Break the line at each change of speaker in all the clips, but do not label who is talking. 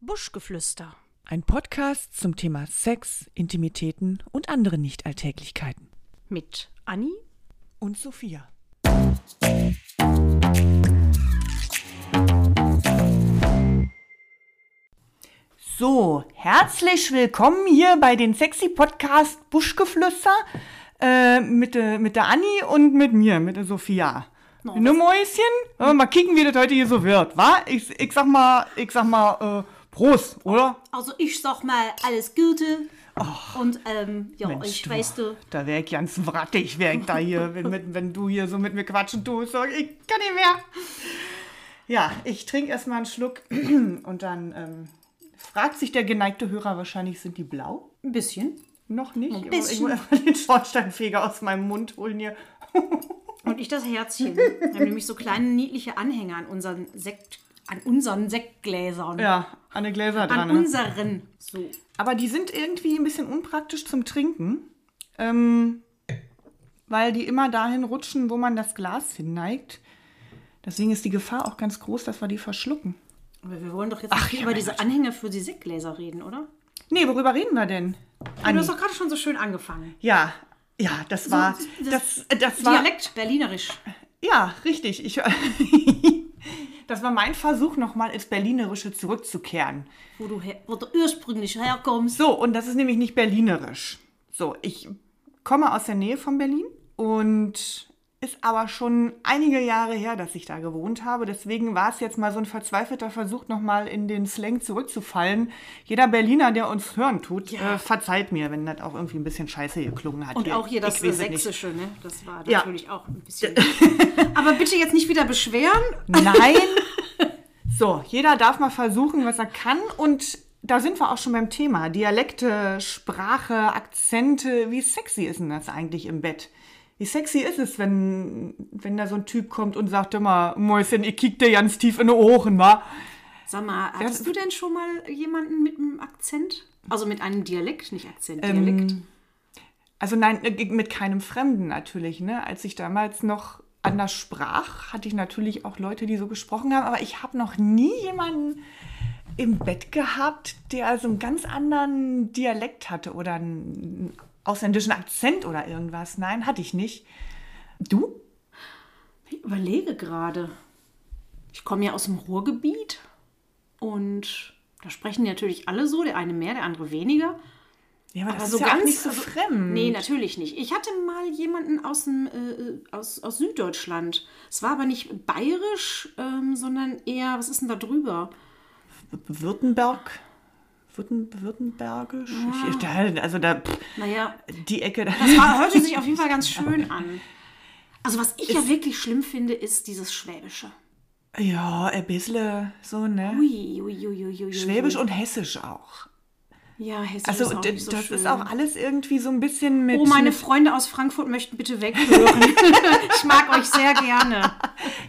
Buschgeflüster.
Ein Podcast zum Thema Sex, Intimitäten und andere Nichtalltäglichkeiten.
Mit Anni
Und Sophia. So, herzlich willkommen hier bei den sexy Podcast Buschgeflüster äh, mit, der- mit der Anni und mit mir, mit der Sophia. Ne Mäuschen? Äh, mal kicken, wie das heute hier so wird, wa? Ich, ich sag mal, ich sag mal, äh, Prost, oder?
Also ich sag mal alles Gute. Und ähm, ja,
Mensch,
ich
du.
weißt du,
Da wäre ich ganz wrattig, wäre ich da hier, wenn, mit, wenn du hier so mit mir quatschen tust. So, Ich kann nicht mehr. Ja, ich trinke erstmal einen Schluck und dann ähm, fragt sich der geneigte Hörer wahrscheinlich, sind die blau?
ein bisschen.
Noch nicht. Ein Ich
bisschen.
muss erstmal den Schornsteinfeger aus meinem Mund holen hier.
Und ich das Herzchen. Wir haben nämlich so kleine niedliche Anhänger an unseren Sekt, an unseren Sektgläsern.
Ja, an den Gläser
An
dran. ne?
unseren. So.
Aber die sind irgendwie ein bisschen unpraktisch zum Trinken, ähm, weil die immer dahin rutschen, wo man das Glas hinneigt. Deswegen ist die Gefahr auch ganz groß, dass wir die verschlucken.
Aber wir wollen doch jetzt nicht über diese Anhänger für die Sektgläser reden, oder?
Nee, worüber reden wir denn?
Du
Anni.
hast doch gerade schon so schön angefangen.
Ja, ja, das war, das, das, war,
Dialekt berlinerisch.
ja, richtig. Ich, das war mein Versuch, nochmal ins Berlinerische zurückzukehren.
Wo du, her, wo du ursprünglich herkommst.
So, und das ist nämlich nicht Berlinerisch. So, ich komme aus der Nähe von Berlin und ist aber schon einige Jahre her, dass ich da gewohnt habe. Deswegen war es jetzt mal so ein verzweifelter Versuch, nochmal in den Slang zurückzufallen. Jeder Berliner, der uns hören tut, äh, verzeiht mir, wenn das auch irgendwie ein bisschen scheiße geklungen hat.
Und
Ihr-
auch hier das
ich weiß es nicht.
Sächsische, ne? Das war
Ja.
natürlich auch ein bisschen. Aber bitte jetzt nicht wieder beschweren.
Nein. So, jeder darf mal versuchen, was er kann. Und da sind wir auch schon beim Thema. Dialekte, Sprache, Akzente. Wie sexy ist denn das eigentlich im Bett? Wie sexy ist es, wenn, wenn da so ein Typ kommt und sagt immer, Mäuschen, ich kick dir ganz tief in die Ohren, wa?
Sag mal, hattest du denn schon mal jemanden mit einem Akzent? Also mit einem Dialekt, nicht Akzent, Dialekt.
Also nein, äh, mit keinem Fremden natürlich. Ne? Als ich damals noch anders sprach, hatte ich natürlich auch Leute, die so gesprochen haben, aber ich habe noch nie jemanden im Bett gehabt, der so einen ganz anderen Dialekt hatte oder einen ausländischen Akzent oder irgendwas. Nein, hatte ich nicht. Du?
Ich überlege gerade. Ich komme ja aus dem Ruhrgebiet und da sprechen die natürlich alle so, der eine mehr, der andere weniger.
Ja, aber
so ganz-
nicht so
also-
fremd.
Nee, natürlich nicht. Ich hatte mal jemanden aus, dem, äh, aus, aus Süddeutschland. Es war aber nicht bayerisch, ähm, sondern eher, was ist denn da drüber?
Württemberg? Württen, Württembergisch? Ich, da, also da, pff,
Naja,
die Ecke. Da.
Das war, hörte sich auf jeden Fall ganz schön an. Also was ich ja wirklich schlimm finde, ist dieses Schwäbische.
Ja, ein bisschen so, ne?
Ui, ui, ui, ui, ui,
Schwäbisch
ui.
und Hessisch auch.
Ja, Hessisch
Also
ist auch
d-
nicht so
das
schön.
ist auch alles irgendwie so ein bisschen mit.
Oh, meine
mit,
Freunde aus Frankfurt möchten bitte weghören. ich mag euch sehr gerne.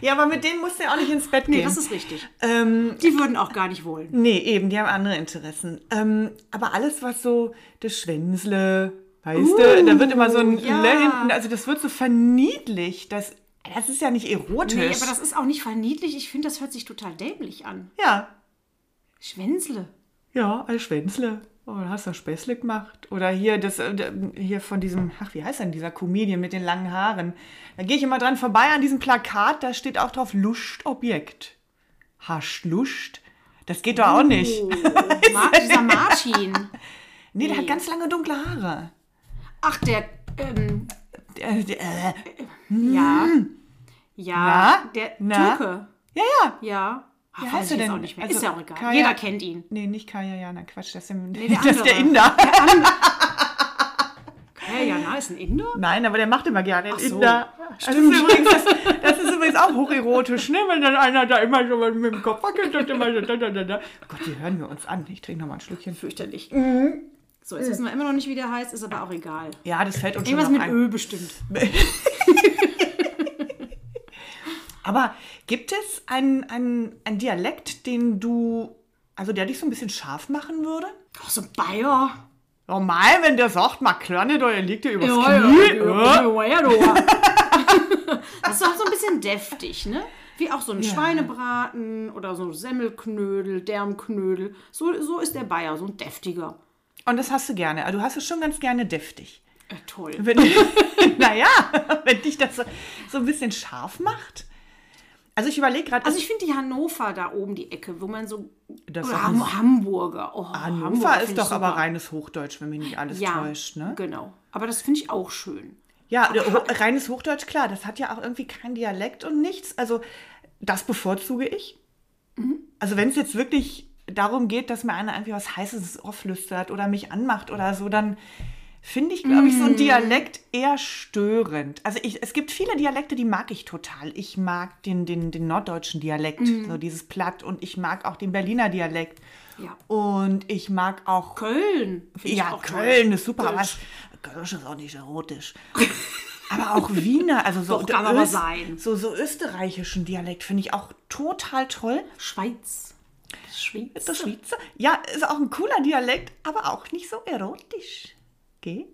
ja, aber mit denen musst du ja auch nicht ins Bett gehen.
Nee, das ist richtig. Die würden auch gar nicht wollen.
nee, eben, die haben andere Interessen. Ähm, aber alles, was so das Schwänzle, weißt du, da wird immer so ein
Uh, ja.
Le hinten, also das wird so verniedlicht. Das, das ist ja nicht erotisch.
Nee, aber das ist auch nicht verniedlich. Ich finde, das hört sich total dämlich an.
ja,
Schwänzle.
ja, ein Schwänzle. Oh, dann hast du Späßle gemacht. Oder hier, das, äh, d- hier von diesem, ach, wie heißt denn dieser Comedian mit den langen Haaren? Da gehe ich immer dran vorbei an diesem Plakat, da steht auch drauf Lustobjekt. Hast Lust? Das geht doch auch nicht.
Oh. Ma dieser Martin.
Nee, der hat ganz lange dunkle Haare.
Ach, der... Ähm,
Äh, d- äh,
ja. Ja,
Na?
der
Na?
Türke.
Ja, ja.
Mhm. Ja. Ach,
Wer
weiß
heißt
ich
du
jetzt
denn?
Auch nicht mehr.
Also,
ist ja auch egal.
Kaya-
Jeder kennt ihn.
Nee, nicht Kaya Jana, Quatsch, das ist, der-
der
das ist der
andere.
Inder.
Kaya Jana ist ein Inder?
Nein, aber der macht immer gerne den
so.
Inder. Also das, ist übrigens, das, das ist übrigens auch hocherotisch, ne? wenn dann einer da immer so mit dem Kopf wackelt und immer so da, da, da, da. Oh Gott, die hören wir uns an. Ich trinke nochmal ein Schlückchen.
Fürchterlich. Mhm. So, jetzt wissen wir immer noch nicht, wie der heißt, ist aber auch egal.
Ja, das fällt uns schon
Irgendwas
noch
mit
ein.
Öl bestimmt.
Aber gibt es einen, einen, einen Dialekt, den du, also der dich so ein bisschen scharf machen würde?
Ach, so ein Bayer.
Normal, wenn der sagt, mal kleine, da liegt dir übers
Ja, ja,
Knie.
ja, ja, ja, ja. Das ist auch so ein bisschen deftig, ne? Wie auch so ein Schweinebraten oder so ein Semmelknödel, Därmknödel. So, so ist der Bayer, so ein deftiger.
Und das hast du gerne. Also Du hast es schon ganz gerne deftig.
Äh, toll.
Wenn, naja, wenn dich das so, so ein bisschen scharf macht. Also ich überlege gerade,
Also ich finde die Hannover da oben die Ecke, wo man so
Das
oder
ist-
Ham Hamburger. Oh,
Hannover
find
ist
ich
doch aber
super.
reines Hochdeutsch, wenn mich nicht alles
ja,
täuscht, ne?
Genau. Aber das finde ich auch schön.
Ja, ho- reines Hochdeutsch, klar, das hat ja auch irgendwie keinen Dialekt und nichts. Also das bevorzuge ich. Also wenn es jetzt wirklich darum geht, dass mir einer irgendwie was Heißes ins Ohr flüstert oder mich anmacht oder so, dann finde ich, glaube ich, so einen Dialekt eher störend. Also ich, es gibt viele Dialekte, die mag ich total. Ich mag den, den, den norddeutschen Dialekt, so dieses Platt und ich mag auch den Berliner Dialekt.
Ja.
Und ich mag auch
Köln. find ich
ja,
auch toll.
Köln ist super, aber es- Kölsch ist auch nicht erotisch. aber auch Wiener, also so,
Doch, kann
der
aber sein.
so, so österreichischen Dialekt finde ich auch total toll.
Schweiz. Das Schweiz.
Das Schweizer, ja, ist auch ein cooler Dialekt, aber auch nicht so erotisch. Geh?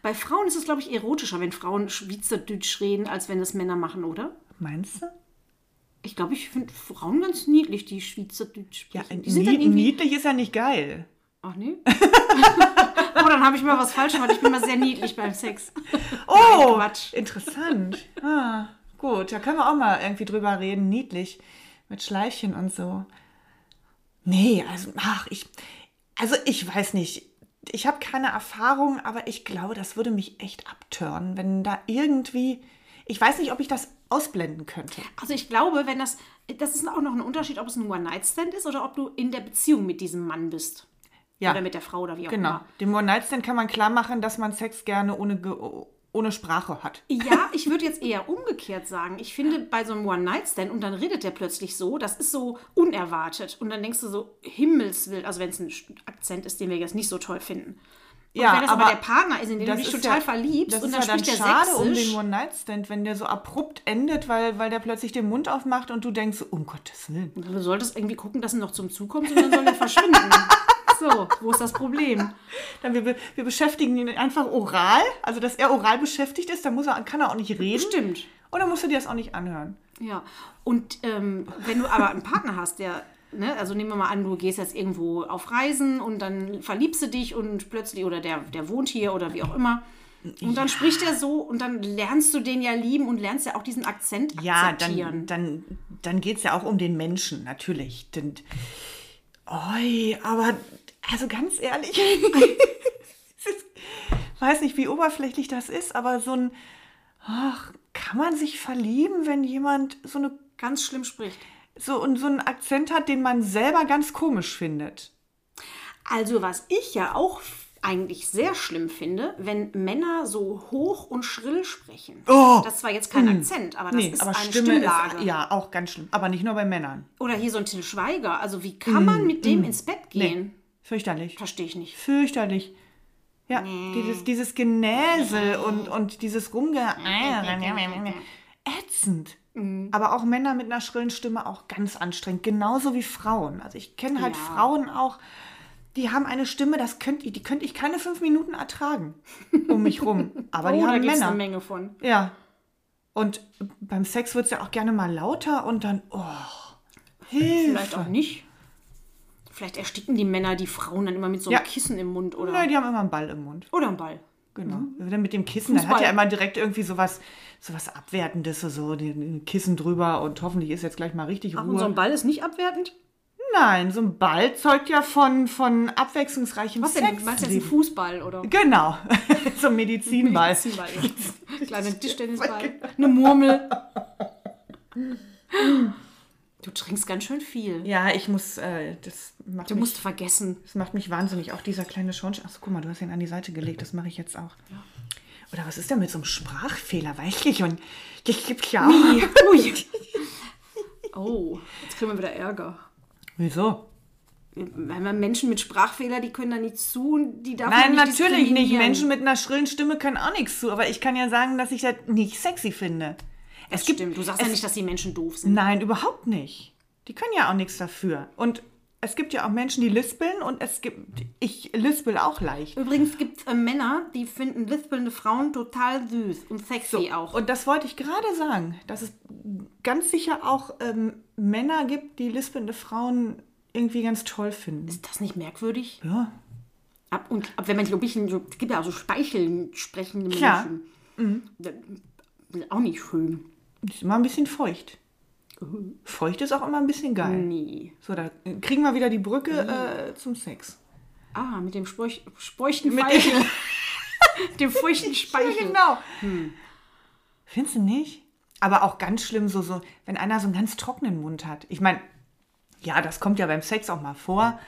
Bei Frauen ist es, glaube ich, erotischer, wenn Frauen Schweizerdeutsch reden, als wenn das Männer machen, oder?
Meinst du?
Ich glaube, ich finde Frauen ganz niedlich, die Schweizerdeutsch
Ja, äh,
sprechen. die sind dann
nied
irgendwie...
niedlich ist ja nicht geil.
Ach nee. oh, dann habe ich mal was falsch gemacht. Ich bin mal sehr niedlich beim Sex.
Oh,
Quatsch.
interessant. ah, gut, da können wir auch mal irgendwie drüber reden, niedlich, mit Schleifchen und so. Nee, also, ach, ich, also ich weiß nicht. Ich habe keine Erfahrung, aber ich glaube, das würde mich echt abtören, wenn da irgendwie, ich weiß nicht, ob ich das ausblenden könnte.
Also ich glaube, wenn das... Das ist auch noch ein Unterschied, ob es ein One-Night-Stand ist oder ob du in der Beziehung mit diesem Mann bist.
Ja,
Oder mit der Frau oder wie auch
genau.
immer.
Dem One-Night-Stand kann man klar machen, dass man Sex gerne ohne, Ge- ohne Sprache hat.
Ja, ich würde jetzt eher umgekehrt sagen. Ich finde, bei so einem One-Night-Stand und dann redet der plötzlich so, das ist so unerwartet. Und dann denkst du so, Himmelswill, also wenn es ein Akzent ist, den wir jetzt nicht so toll finden. Und wenn das aber, der Partner ist, in den du dich
ist
total
ja-
verliebst
das
und
ist
dann
ja
spricht der
schade um
Sächsisch.
den One-Night-Stand, wenn der so abrupt endet, weil, weil der plötzlich den Mund aufmacht und du denkst, um Gottes Willen.
du solltest irgendwie gucken, dass er noch zum Zug kommt und dann soll er verschwinden. so, wo ist das Problem?
Dann wir, wir beschäftigen ihn einfach oral, also dass er oral beschäftigt ist, dann muss er, kann er auch nicht reden.
Stimmt.
Oder musst du dir das auch nicht anhören?
Ja, und ähm, wenn du aber einen Partner hast, der, ne, also nehmen wir mal an, du gehst jetzt irgendwo auf Reisen und dann verliebst du dich und plötzlich, oder der, der wohnt hier oder wie auch immer. Und dann spricht er so und dann lernst du den ja lieben und lernst ja auch diesen Akzent
Ja, dann,
akzeptieren.
dann, dann geht es ja auch um den Menschen, natürlich. Denn, oi, aber, also ganz ehrlich, es ist, weiß nicht, wie oberflächlich das ist, aber so ein, ach, kann man sich verlieben, wenn jemand so, eine,
Ganz schlimm spricht.
so, und so einen Akzent hat, den man selber ganz komisch findet?
Also was ich ja auch f- eigentlich sehr schlimm finde, wenn Männer so hoch und schrill sprechen.
Oh.
Das ist zwar jetzt kein Akzent, Hm. aber das ist eine Stimmlage.
ist, ja, auch ganz schlimm, aber nicht nur bei Männern.
Oder hier so ein Till Schweiger. Also wie kann man mit dem ins Bett gehen?
Fürchterlich.
Verstehe ich nicht.
fürchterlich. Ja, dieses, dieses Genäsel und, und dieses Rumge... Ätzend.
Mhm.
Aber auch Männer mit einer schrillen Stimme auch ganz anstrengend. Genauso wie Frauen. Also ich kenne halt
Ja.
Frauen auch, die haben eine Stimme, das könnt ich, die könnte ich keine fünf Minuten ertragen um mich rum. Aber die
oh, da
haben
gibt's
Männer.
eine Menge von.
Ja. Und beim Sex wird es ja auch gerne mal lauter und dann, oh,
Vielleicht
Hilfe.
auch nicht. Vielleicht ersticken die Männer die Frauen dann immer mit so einem
Ja.
Kissen im Mund oder,
Nein, die haben immer einen Ball im Mund.
oder einen Ball.
Genau. Dann mit dem Kissen, dann hat
Fußball.
ja immer direkt irgendwie sowas, sowas Abwertendes, so, so den Kissen drüber und hoffentlich ist jetzt gleich mal richtig
Ach,
Ruhe.
und so ein Ball ist nicht abwertend?
Nein, so ein Ball zeugt ja von, von abwechslungsreichem
Was denn?
Sex.
Meinst du jetzt einen Fußball oder?
genau, so ein Medizinball.
Medizinball, ja. Kleiner Tischtennisball.
genau.
Eine Murmel. Du trinkst ganz schön viel.
Ja, ich muss, äh, das, macht
Du
mich,
musst vergessen.
das macht mich wahnsinnig. Auch dieser kleine Schornstein. Achso, guck mal, du hast ihn an die Seite gelegt, das mache ich jetzt auch. Oder was ist denn mit so einem Sprachfehler? Weichlich und ich gibt's ja auch.
Ui. Oh, jetzt kriegen wir wieder Ärger.
Wieso?
Weil man Menschen mit Sprachfehler, die können da nicht zu und die darf
Nein,
man nicht
natürlich nicht.
diskriminieren.
Menschen mit einer schrillen Stimme können auch nichts zu, aber ich kann ja sagen, dass ich das nicht sexy finde.
Es Stimmt, du sagst ja nicht, dass die Menschen doof sind.
Nein, überhaupt nicht. Die können ja auch nichts dafür. Und es gibt ja auch Menschen, die lispeln und es gibt, ich lispel auch leicht.
Übrigens gibt es äh, Männer, die finden lispelnde Frauen total süß und sexy auch.
Und das wollte ich gerade sagen, dass es ganz sicher auch ähm, Männer gibt, die lispelnde Frauen irgendwie ganz toll finden.
Ist das nicht merkwürdig?
Ja.
Ab, und ab, wenn man sich ein bisschen, so, es gibt ja auch so speicheln sprechende
Klar.
Menschen. Das ist auch nicht schön.
Ist immer ein bisschen feucht. Feucht ist auch immer ein bisschen geil.
Nee.
So, da kriegen wir wieder die Brücke äh, zum Sex.
Ah, mit dem Speuch, speuchten Speichel. dem feuchten
Ja,
Speichel.
genau. Findest du nicht? Aber auch ganz schlimm, so, so, wenn einer so einen ganz trockenen Mund hat. Ich meine, ja, das kommt ja beim Sex auch mal vor,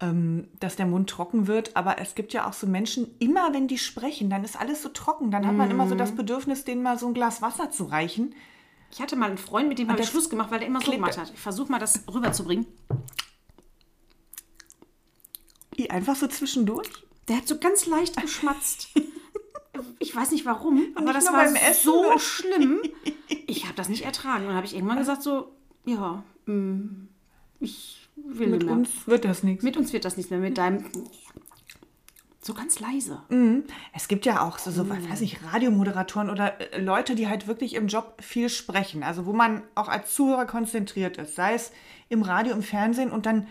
ähm, dass der Mund trocken wird. Aber es gibt ja auch so Menschen, immer wenn die sprechen, dann ist alles so trocken. Dann hat man immer so das Bedürfnis, denen mal so ein Glas Wasser zu reichen.
Ich hatte mal einen Freund, mit dem habe ich
das
Schluss gemacht, weil der immer so
klebt-
gemacht hat. Ich versuche mal, das rüberzubringen.
I, Einfach so zwischendurch.
Der hat so ganz leicht geschmatzt. Ich weiß nicht warum, aber
nicht
das
nur
war
beim Essen,
so
oder?
schlimm. Ich habe das nicht ertragen. Und dann habe ich irgendwann gesagt so, ja, mm, ich will
Mit
nicht mehr.
uns wird das nichts.
Mit uns wird das nichts mehr. Mit deinem... So ganz leise.
Es gibt ja auch so, so
Hm.
weiß nicht, Radiomoderatoren oder äh, Leute, die halt wirklich im Job viel sprechen. Also wo man auch als Zuhörer konzentriert ist, sei es im Radio, im Fernsehen und dann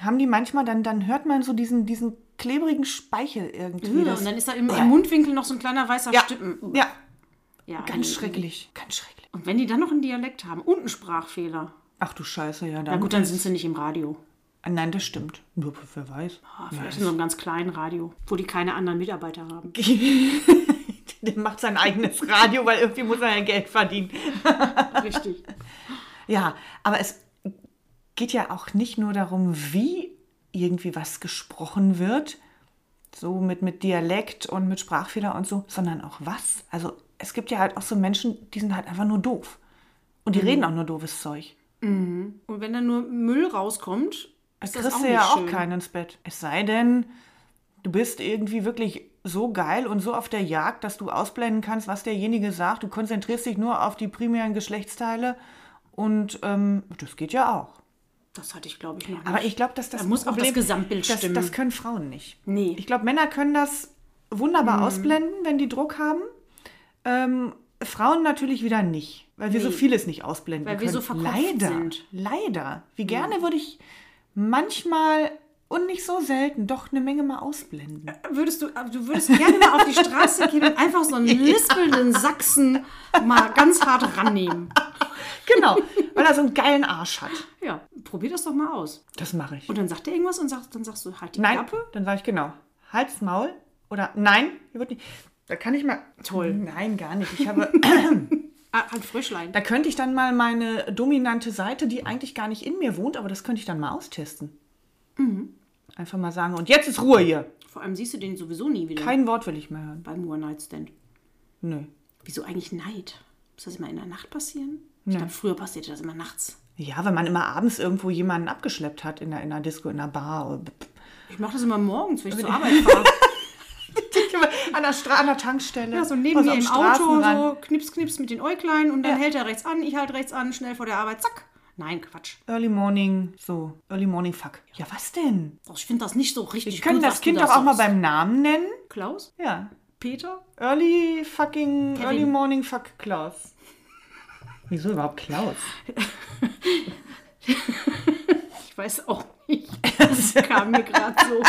haben die manchmal, dann, dann hört man so diesen, diesen klebrigen Speichel irgendwie.
Und
Das-
dann ist da im, im Mundwinkel noch so ein kleiner weißer
ja,
Stippen.
ja,
Ja,
ganz
nee.
schrecklich. Ganz schrecklich.
Und wenn die dann noch einen Dialekt haben und einen Sprachfehler,
Ach du Scheiße, ja,
na
dann.
gut, dann sind sie nicht im Radio.
Ah, Nein, das stimmt. Nur wer weiß.
Ah, Vielleicht in so einem ganz kleinen Radio, wo die keine anderen Mitarbeiter haben.
Der macht sein eigenes Radio, weil irgendwie muss er ja Geld verdienen.
Richtig.
Ja, aber es geht ja auch nicht nur darum, wie irgendwie was gesprochen wird, so mit, mit Dialekt und mit Sprachfehler und so, sondern auch was. Also es gibt ja halt auch so Menschen, die sind halt einfach nur doof. Und die
Mhm.
reden auch nur doofes Zeug.
Und wenn dann nur Müll rauskommt,
Das
ist
kriegst
das auch
du
nicht
ja auch
schön.
keinen ins Bett. Es sei denn, du bist irgendwie wirklich so geil und so auf der Jagd, dass du ausblenden kannst, was derjenige sagt. Du konzentrierst dich nur auf die primären Geschlechtsteile und ähm, das geht ja auch.
Das hatte ich, glaube ich, noch nicht.
Aber ich glaube, dass das
Da muss auch das Gesamtbild
das,
stimmen.
Das können Frauen nicht.
Nee. Hm.
Ich glaube, Männer können das wunderbar ausblenden, wenn die Druck haben. Ähm, Frauen natürlich wieder nicht, weil wir so
Nee.
vieles nicht ausblenden
Weil wir
können.
so verkopft
leider,
sind.
leider. Wie gerne würde ich manchmal und nicht so selten doch eine Menge mal ausblenden.
Äh. würdest du, du würdest gerne mal auf die Straße gehen und einfach so einen lispelnden Sachsen mal ganz hart rannehmen.
Genau, weil er so einen geilen Arsch hat.
Ja, probier das doch mal aus.
Das mache ich.
Und dann sagt er irgendwas und sagt, dann sagst du, halt die
nein,
Klappe.
dann sage ich genau. Halt's Maul oder nein, hier wird nicht. Da kann ich mal. Toll. Nein, gar nicht. Ich habe
Ah, ein Fröschlein.
Da könnte ich dann mal meine dominante Seite, die eigentlich gar nicht in mir wohnt, aber das könnte ich dann mal austesten.
Mhm.
Einfach mal sagen, und jetzt ist Ruhe hier.
Vor allem siehst du den sowieso nie wieder
Kein Wort will ich mehr hören.
beim One-Night-Stand.
Nö.
Wieso eigentlich Neid? Muss das immer in der Nacht passieren? Ich glaube, früher passierte das immer nachts.
Ja, wenn man immer abends irgendwo jemanden abgeschleppt hat in der, in der Disco, in der Bar. oder-
Ich mache das immer morgens, wenn ich zur Arbeit fahre.
An der, Stra an der Tankstelle.
Ja, so neben
oder
mir
am
im Auto,
Straßenrand.
so knips, knips mit den Äuglein und dann hält er rechts an, ich halte rechts an, schnell vor der Arbeit, zack. Nein, Quatsch.
Early Morning, so. Early Morning Fuck. Ja, was denn?
Doch, ich finde das nicht so richtig.
Wir können
gut,
das
was du
Kind
da
doch auch mal
sagst.
beim Namen nennen.
Klaus?
Ja.
Peter?
Early fucking, Early Morning Fuck Klaus. Wieso überhaupt Klaus?
Ich weiß auch nicht. Das kam mir gerade so.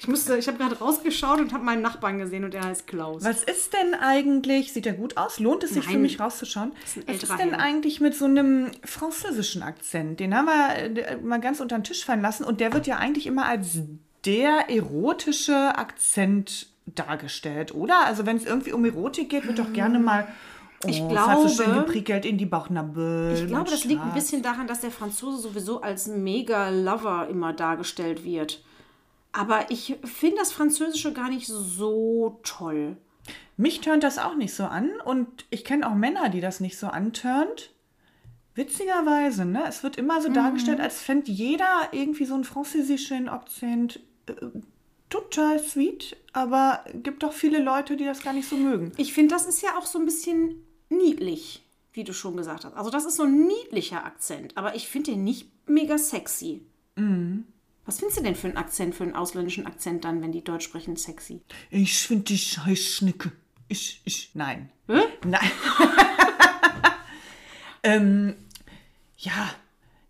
Ich musste, ich habe gerade rausgeschaut und habe meinen Nachbarn gesehen und er heißt Klaus.
Was ist denn eigentlich, sieht er gut aus? Lohnt es sich für
Nein.
mich rauszuschauen?
ein
Was
älterer
ist denn
Herr.
eigentlich mit so einem französischen Akzent? Den haben wir äh, d- mal ganz unter den Tisch fallen lassen und der wird ja eigentlich immer als der erotische Akzent dargestellt, oder? Also wenn es irgendwie um Erotik geht, wird doch gerne mal oh,
Mm. Ich
es hat so schön
glaube-
geprickelt in die Bauchnabel.
Ich glaube, das liegt ein bisschen daran, dass der Franzose sowieso als Mega-Lover immer dargestellt wird. Aber ich finde das Französische gar nicht so toll.
Mich tönt das auch nicht so an und ich kenne auch Männer, die das nicht so antörnt. Witzigerweise, ne? Es wird immer so dargestellt, als fände jeder irgendwie so einen französischen Akzent äh, total sweet, aber gibt doch viele Leute, die das gar nicht so mögen.
Ich finde, das ist ja auch so ein bisschen niedlich, wie du schon gesagt hast. Also das ist so ein niedlicher Akzent, aber ich finde den nicht mega sexy.
Mhm.
Was findest du denn für einen Akzent, für einen ausländischen Akzent dann, wenn die Deutsch sprechen, sexy?
Ich finde die Scheißschnicke. Ich, ich, nein.
Hä?
Nein. ähm, ja,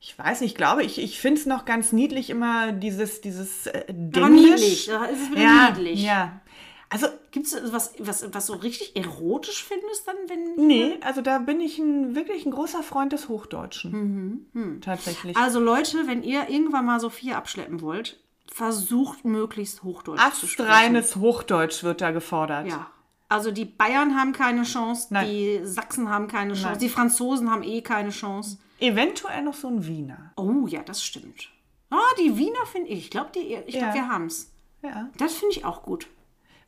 ich weiß nicht, ich glaube, ich, ich finde es noch ganz niedlich immer dieses, dieses äh,
Aber
Denglisch.
niedlich. Da ist es wieder
Ja,
niedlich.
ja. Also,
Gibt es was, was, was so richtig erotisch findest dann, wenn.
nee, also da bin ich ein, wirklich ein großer Freund des Hochdeutschen. Tatsächlich.
Mhm, Also Leute, wenn ihr irgendwann mal Sophia abschleppen wollt, versucht möglichst Hochdeutsch zu sprechen.
Astreines Hochdeutsch wird da gefordert.
Ja. Also die Bayern haben keine Chance,
Nein.
die Sachsen haben keine Chance,
Nein.
die Franzosen haben eh keine Chance.
Eventuell noch so ein Wiener.
Oh ja, das stimmt. Ah, die Wiener finde ich. Ich glaube, ich glaub,
Ja.
wir haben es.
Ja.
Das finde ich auch gut.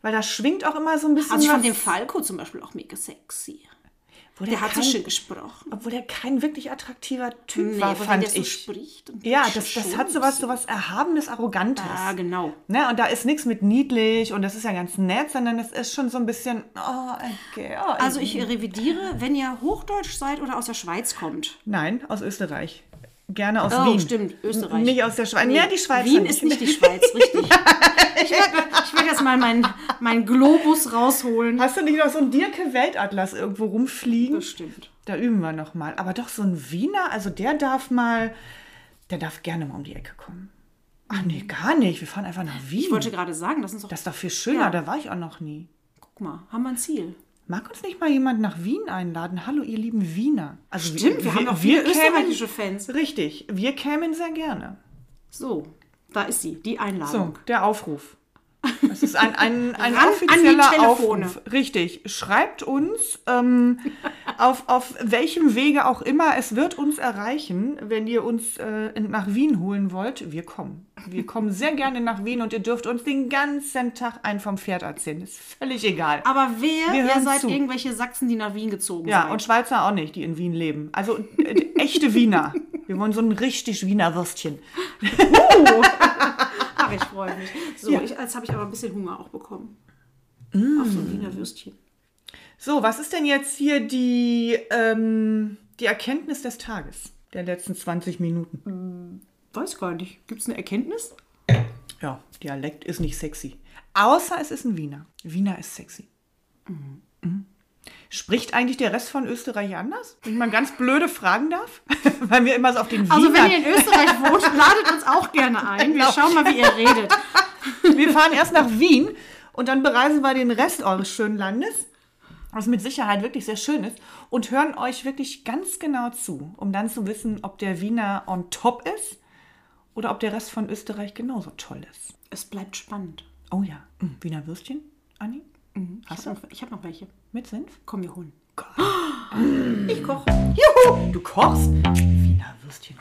Weil da schwingt auch immer so ein bisschen
Also ich
was.
fand den Falco zum Beispiel auch mega sexy.
wo
Der hat so
kein-
schön gesprochen.
Obwohl der kein wirklich attraktiver Typ
Nee,
war,
aber wenn
fand
der so
ich.
spricht und
ja,
so
das, das
schön
hat sowas,
ist.
sowas Erhabenes, Arrogantes.
Ja, genau.
Ne, und da ist nichts mit niedlich und das ist ja ganz nett, sondern das ist schon so ein bisschen, oh, okay. Oh,
Also ich revidiere, wenn ihr Hochdeutsch seid oder aus der Schweiz kommt.
Nein, aus Österreich. Gerne aus
Oh,
Wien.
stimmt, Österreich.
Nicht aus der Schweiz. Ja, die Schweiz.
Wien ist nicht die Schweiz, richtig. Ich werde ich werd jetzt mal meinen meinen Globus rausholen.
Hast du nicht noch so einen Dirke-Weltatlas irgendwo rumfliegen?
Bestimmt.
Da üben wir nochmal. Aber doch so ein Wiener, also der darf mal, der darf gerne mal um die Ecke kommen. Ach nee, gar nicht. Wir fahren einfach nach Wien.
Mhm. Ich wollte gerade sagen, das ist doch.
das ist doch viel schöner,
Ja.
da war ich auch noch nie.
guck mal, haben wir ein Ziel.
Mag uns nicht mal jemand nach Wien einladen? Hallo, ihr lieben Wiener. Also
Stimmt, wir haben auch viele österreichische Fans.
Richtig, wir kämen sehr gerne.
So, da ist sie, die
So,
Einladung.
der Aufruf. Das ist ein, ein, ein
Ran an die
offizieller
Telefone.
Aufruf. Richtig. Schreibt uns, ähm, auf, auf welchem Wege auch immer, es wird uns erreichen, wenn ihr uns äh, nach Wien holen wollt. Wir kommen. Wir kommen sehr gerne nach Wien und ihr dürft uns den ganzen Tag ein vom Pferd erzählen. Ist völlig egal.
Aber wer,
Wir
ihr
hören
seid
zu.
irgendwelche Sachsen, die nach Wien gezogen
Ja,
seid.
und Schweizer auch nicht, die in Wien leben. Also äh, echte Wiener. Wir wollen so ein richtig Wiener Würstchen.
Ach, ich freue mich. So, ich, jetzt habe ich aber ein bisschen Hunger auch bekommen. Auf so ein Wiener Würstchen.
So, was ist denn jetzt hier die, ähm, die Erkenntnis des Tages? Der letzten 20 Minuten.
Weiß gar nicht. Gibt es eine Erkenntnis?
Ja, Dialekt ist nicht sexy. Außer es ist ein Wiener. Wiener ist sexy. Mhm. Spricht eigentlich der Rest von Österreich anders? Wenn ich mal ganz blöde fragen darf? Weil wir immer so auf den Wiener...
Also, wenn ihr in Österreich wohnt, ladet uns auch gerne ein. Wir schauen mal, wie ihr redet.
Wir fahren erst nach Wien und dann bereisen wir den Rest eures schönen Landes, was mit Sicherheit wirklich sehr schön ist, und hören euch wirklich ganz genau zu, um dann zu wissen, ob der Wiener on top ist oder ob der Rest von Österreich genauso toll ist.
Es bleibt spannend.
Oh ja, Mm, Wiener Würstchen, Anni?
Ich
Hast
habe
du?
noch, ich hab noch welche.
Mit Senf?
Komm, wir holen.
Gott.
Ich koche.
Juhu! Du kochst? Wiener Würstchen.